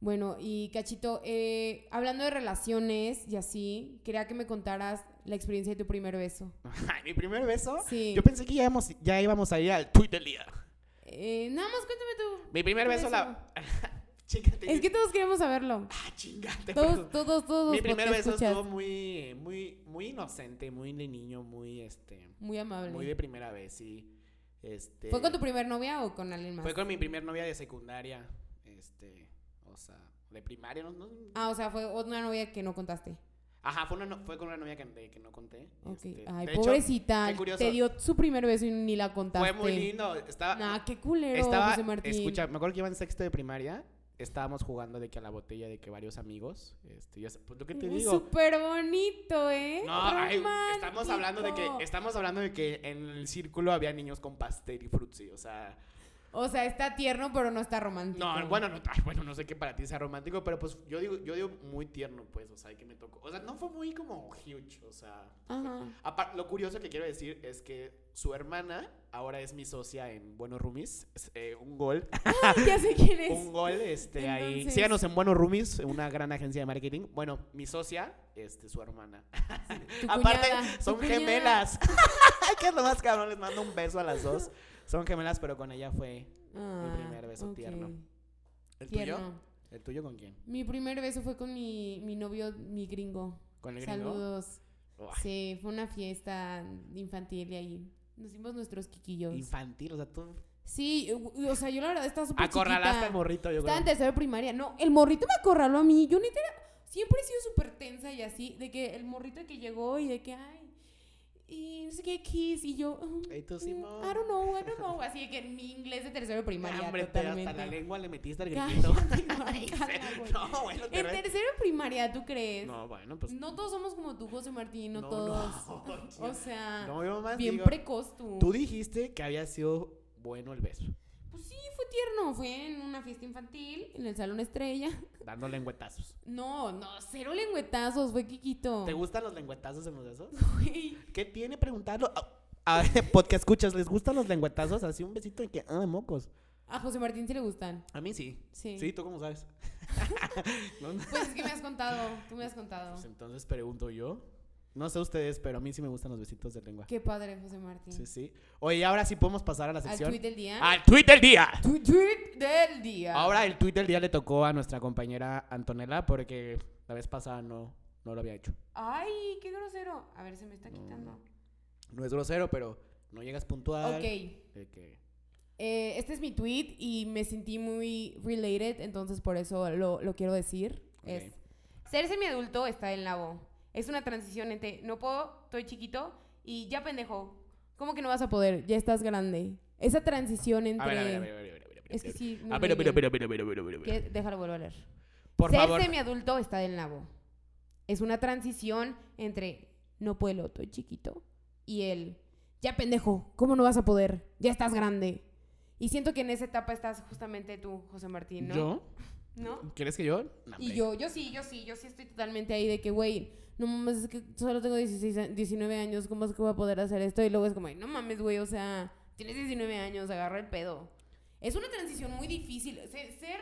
Bueno, y Cachito, eh, hablando de relaciones y así, quería que me contaras la experiencia de tu primer beso. Ay, mi primer beso. Sí. Yo pensé que ya íbamos, ya íbamos a ir al tweet del día. Eh, nada más cuéntame tú. Mi primer tu beso, la... Chingate. Es que todos queremos saberlo. Ah, chingate. Todos, todos, todos. mi primer porque beso escuchas. estuvo muy, muy, muy inocente, muy de niño, muy, este, Muy amable. muy de primera vez, sí. Este, ¿Fue con tu primer novia o con alguien más? Fue con mi primer novia de secundaria, este, o sea, de primaria, no, no- Ah, o sea, fue una novia que no contaste. Ajá, fue, una no- fue con una novia que, que no conté. Ok. este, Ay, de hecho, pobrecita. qué curioso. te dio su primer beso y ni la contaste. Fue muy lindo. Estaba, Nah, qué culero, estaba José Martín. escucha, me acuerdo que iba en sexto de primaria. Estábamos jugando de que a la botella de que varios amigos. Este, ya sé- pues lo que te Uy, digo. Súper bonito, ¿eh? No, ay, estamos Romántico. hablando de que estamos hablando de que en el círculo había niños con pastel y frutzi, o sea, O sea, está tierno, pero no está romántico. no, bueno, no, ay, bueno, no sé qué para ti sea romántico, pero pues yo digo, yo digo muy tierno, pues, o sea, que me tocó, o sea, no fue muy como huge, o sea, Ajá. Apar- lo curioso que quiero decir es que su hermana ahora es mi socia en Buenos Rumis. Es, eh, un gol. Ya sé quién es. Un gol, este, ahí. Entonces- Síganos en Buenos Rumis, una gran agencia de marketing. Bueno, mi socia, este, su hermana. Tu Aparte, cuñada, tu son cuñada. gemelas. que es lo más cabrón, les mando un beso a las dos. Son gemelas, pero con ella fue. Ah, primer beso ok. tierno. ¿El tuyo? Tierno. ¿El tuyo con quién? Mi primer beso fue con mi, mi novio, mi gringo. ¿Con el gringo? Saludos. Uah, Sí, fue una fiesta infantil y ahí nos dimos nuestros quiquillos. Infantil, o sea, tú sí, u- o sea, yo la verdad estaba súper acorralaste chiquita. al morrito, yo Estaba creo. en tercero de primaria. No, el morrito me acorraló a mí. Yo neta era- siempre he sido súper tensa y así, de que el morrito que llegó y de que, ay, y no sé qué, kiss, y yo, "Mm, Y tú, mm, Simón. I don't know, I don't know. Así de que en mi inglés de tercero de primaria, Hombre, te- totalmente. hasta la lengua le metiste al Cállate, grillito. güey, calma, güey. no, bueno, te En re- tercero de primaria, ¿tú crees? No, No, bueno, pues. todos somos como tú, José Martín, no, no, todos. no, tío. o sea, No, yo más bien digo, precoz tú. Tú dijiste que había sido bueno el beso. Pues sí, fue tierno. Fue en una fiesta infantil, en el Salón Estrella. Dando lengüetazos. No, no, cero lengüetazos, fue Kikito. ¿Te gustan los lengüetazos en los besos? Güey, ¿Qué tiene preguntarlo? A ver, podcast escuchas, ¿les gustan los lengüetazos? Así un besito de que, ah, mocos. A José Martín sí le gustan. A mí sí. Sí. Sí, ¿tú cómo sabes? No, no. Pues es que me has contado, tú me has contado. Pues entonces pregunto yo. No sé ustedes, pero a mí sí me gustan los besitos de lengua. Qué padre, José Martín. Sí, sí. Oye, y ahora sí podemos pasar a la Al ¿ah? sección. tweet del día. Al tweet del día. Tu tweet del día. Ahora el tweet del día le tocó a nuestra compañera Antonella porque la vez pasada no, no lo había hecho. Ay, qué grosero. A ver, se me está quitando. No es grosero, pero no llegas puntual. Ok. De que- eh, este es mi tweet y me sentí muy related, entonces por eso lo, lo quiero decir. Ok. Es, ser semiadulto está en la O. Es una transición entre no puedo, estoy chiquito y ya pendejo. ¿Cómo que no vas a poder? Ya estás grande. Esa transición entre... A ver, a ver, a ver, a ver, a ver, a ver, a ver. Es que sí. no Ah, pero, leí pero, bien. pero, pero, pero, pero, pero, pero. Que- Déjalo, vuelvo a leer. Por Ser favor. semiadulto está del nabo. Es una transición entre no puedo, estoy chiquito y el ya pendejo, ¿cómo no vas a poder? Ya estás grande. Y siento que en esa etapa estás justamente tú, José Martín, ¿no? ¿Yo? ¿No? ¿Quieres que yo? No, Y hombre. yo, yo sí, yo sí, yo sí estoy totalmente ahí de que, güey, no mames, es que solo tengo 16, a- 19 años, ¿cómo es que voy a poder hacer esto? Y luego es como, "Ay, no mames, güey, o sea, tienes 19 años, agarra el pedo. Es una transición muy difícil. Se- ser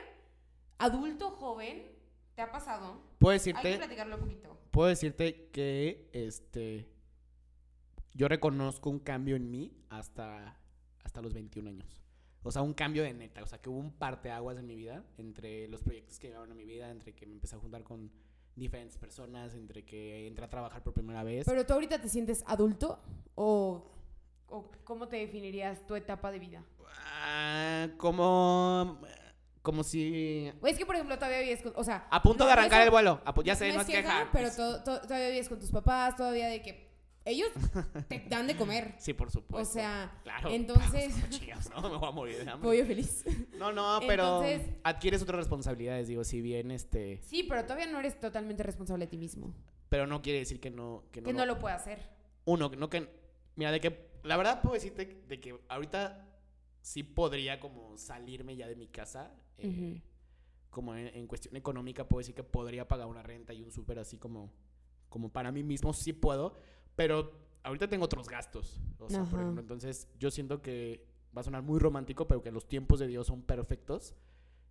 adulto joven, ¿te ha pasado? Puedo Hay que decirte, platicarlo un poquito. puedo decirte que este yo reconozco un cambio en mí hasta hasta los 21 años. O sea, un cambio de neta, o sea, que hubo un parteaguas en mi vida entre los proyectos que llevaron a mi vida, entre que me empecé a juntar con diferentes personas, entre que entré a trabajar por primera vez. Pero tú ahorita te sientes adulto o, o cómo te definirías tu etapa de vida? Ah, como como si Güey, es que por ejemplo todavía vives con, o sea, a punto no- de no es arrancar un- el vuelo. A pu- ya sé, no, es es queja. pero es- to- to- todavía vives con tus papás, todavía de que ellos te dan de comer. Sí, por O supuesto. sea, claro. entonces- Como chingados, no, me voy a morir de hambre. pollo feliz. No, no, pero Entonces- adquieres otras responsabilidades, digo, si bien este, Sí, pero todavía no eres totalmente responsable de ti mismo. pero no quiere decir que no que no, que no lo puedes hacer. uno, que no que mira, de que la verdad puedo decirte de que ahorita sí podría como salirme ya de mi casa eh, Ujú. como en, en cuestión económica puedo decir que podría pagar una renta y un súper así como como para mí mismo sí puedo, pero ahorita tengo otros gastos, o sea, por Ajá. ejemplo, entonces yo siento que va a sonar muy romántico, pero que los tiempos de Dios son perfectos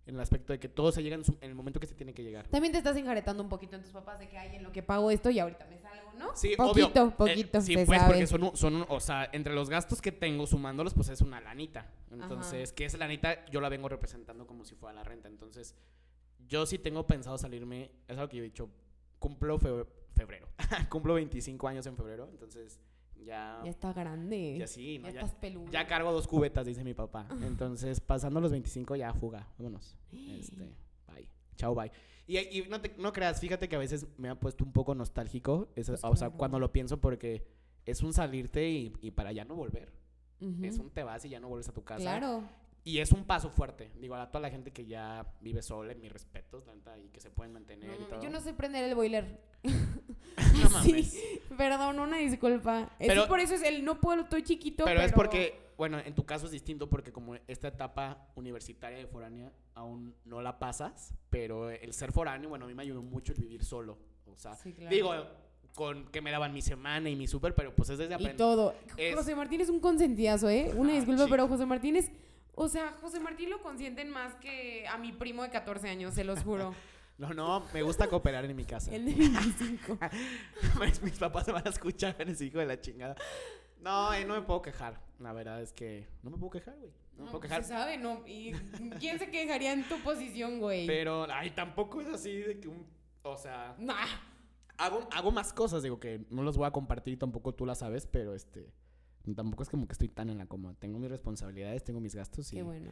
en el aspecto de que todo se llega en, su- en el momento que se tiene que llegar. También te estás enjaretando un poquito en tus papás de que hay en lo que pago esto y ahorita me salgo, ¿no? Sí, poquito, obvio. Eh, poquito, sí, se pues sabe. porque son, un- son, un- o sea, entre los gastos que tengo sumándolos, pues es una lanita. Entonces, que esa lanita yo la vengo representando como si fuera la renta. Entonces, yo sí tengo pensado salirme, es algo que yo he dicho, cumplo fe- febrero, cumplo 25 años en febrero, entonces ya, Ya está grande. Ah. ya sí, ¿no? ya, ya, estás peludo. ya cargo dos cubetas, dice mi papá. Entonces, pasando los 25 ya fuga, vámonos. Este, bye. Chao, bye. Y, y no, te- no creas, fíjate que a veces me ha puesto un poco nostálgico, eso- Pues o sea, claro. cuando lo pienso porque es un salirte y, y para ya no volver. Ujú. Es un te vas y ya no vuelves a tu casa. Claro. Y es un paso fuerte. Digo, a toda la gente que ya vive sola, mis respetos, tanta, y que se pueden mantener No, y todo. Mm, yo no sé prender el boiler. No mames. Sí, perdón, una disculpa. Es Pero- que por eso es el no puedo, estoy chiquito. Pero, Pero es porque, bueno, en tu caso es distinto porque como esta etapa universitaria de foránea aún no la pasas, pero el ser foráneo, bueno, a mí me ayudó mucho el vivir solo. O sea, Sí, claro. digo, con que me daban mi semana y mi súper, pero pues es desde Y aprender. todo. Es- José Martín es un consentidazo, ¿eh? Una Ah, disculpa, chica. pero José Martín es. O sea, José Martín lo consienten más que a mi primo de 14 años, se los juro. No, no, me gusta cooperar en mi casa. El de 25. mis, mis papás se van a escuchar, ese hijo de la chingada. No, eh, no me puedo quejar. La verdad es que no me puedo quejar, güey. No me No, puedo pues, quejar. se sabe, ¿no? ¿Y quién se quejaría en tu posición, güey? Pero, ay, tampoco es así de que un... O sea... Nah. Hago, hago más cosas, digo que no las voy a compartir y tampoco tú las sabes, pero este. Tampoco es como que estoy tan en la coma. Tengo mis responsabilidades, tengo mis gastos y, Qué bueno.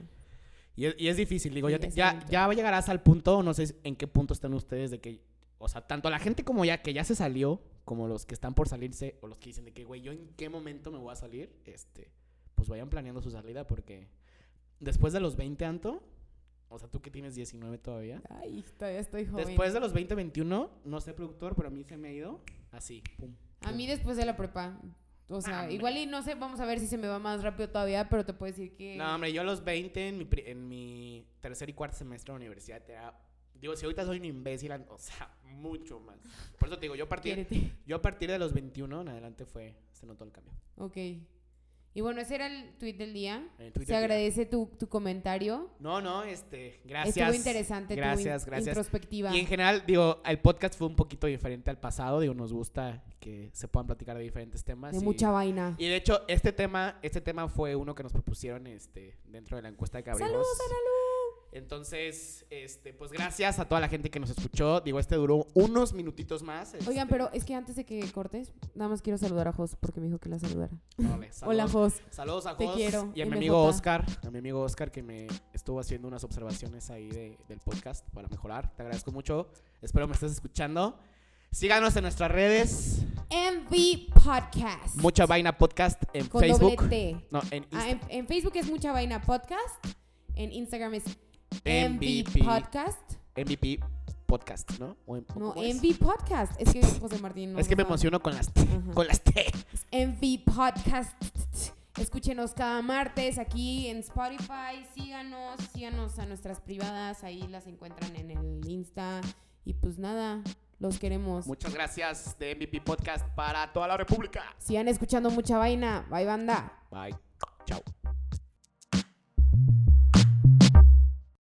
y, es, y es difícil. Digo, Sí, ya, te- es ya, bonito. ya llegarás al punto, no sé en qué punto están ustedes de que, o sea, tanto la gente como ya que ya se salió, como los que están por salirse o los que dicen de que, güey, yo en qué momento me voy a salir, este, pues vayan planeando su salida porque después de los 20 anto, o sea, tú que tienes 19 todavía, Ay, todavía estoy joven. después de los 20, 21, no sé productor, pero a mí se me ha ido así, pum. A mí después de la prepa. O sea, Ah, Hombre. igual y no sé, vamos a ver si se me va más rápido todavía, pero te puedo decir que... No, hombre, yo a los 20 en mi, pri- en mi tercer y cuarto semestre de universidad era... Digo, si ahorita soy un imbécil, o sea, mucho más. Por eso te digo, yo a partir, quiérete. yo a partir de los 21 en adelante fue, se notó el cambio. Ok. Y bueno, ese era el tweet del día. El tweet se del día. agradece tu, tu comentario. No, no, este, gracias. Estuvo interesante Gracias, tu in- gracias. introspectiva. Y en general, digo, el podcast fue un poquito diferente al pasado. Digo, nos gusta que se puedan platicar de diferentes temas. de y- mucha vaina. Y de hecho, este tema, este tema fue uno que nos propusieron este, dentro de la encuesta que abrimos. ¡Salud, salud! Entonces, este, pues gracias a toda la gente que nos escuchó. Digo, este duró unos minutitos más. este, Oigan, pero es que antes de que cortes, nada más quiero saludar a Jos porque me dijo que la saludara. vale, saludos. Hola, Jos. Saludos a Te Jos quiero, y a mi MJ. amigo Oscar, a mi amigo Oscar que me estuvo haciendo unas observaciones ahí de- del podcast para mejorar. Te agradezco mucho. Espero me estés escuchando. Síganos en nuestras redes. MV Podcast. Mucha Vaina Podcast en Con Facebook. doble T. No, en Instagram. Ah, en, en Facebook es Mucha Vaina Podcast. En Instagram es MVP. MV Podcast. MVP Podcast, ¿no? O en- No, ¿cómo es? MV Podcast. Es que José Martín no Es que me sabe. emociono con las T. Ajá. Con las T. MV Podcast. Escúchenos cada martes aquí en Spotify. Síganos, síganos a nuestras privadas. Ahí las encuentran en el Insta. Y pues nada, los queremos. Muchas gracias de MVP Podcast para toda la República. Sigan escuchando mucha vaina. Bye, banda. Bye. Chao.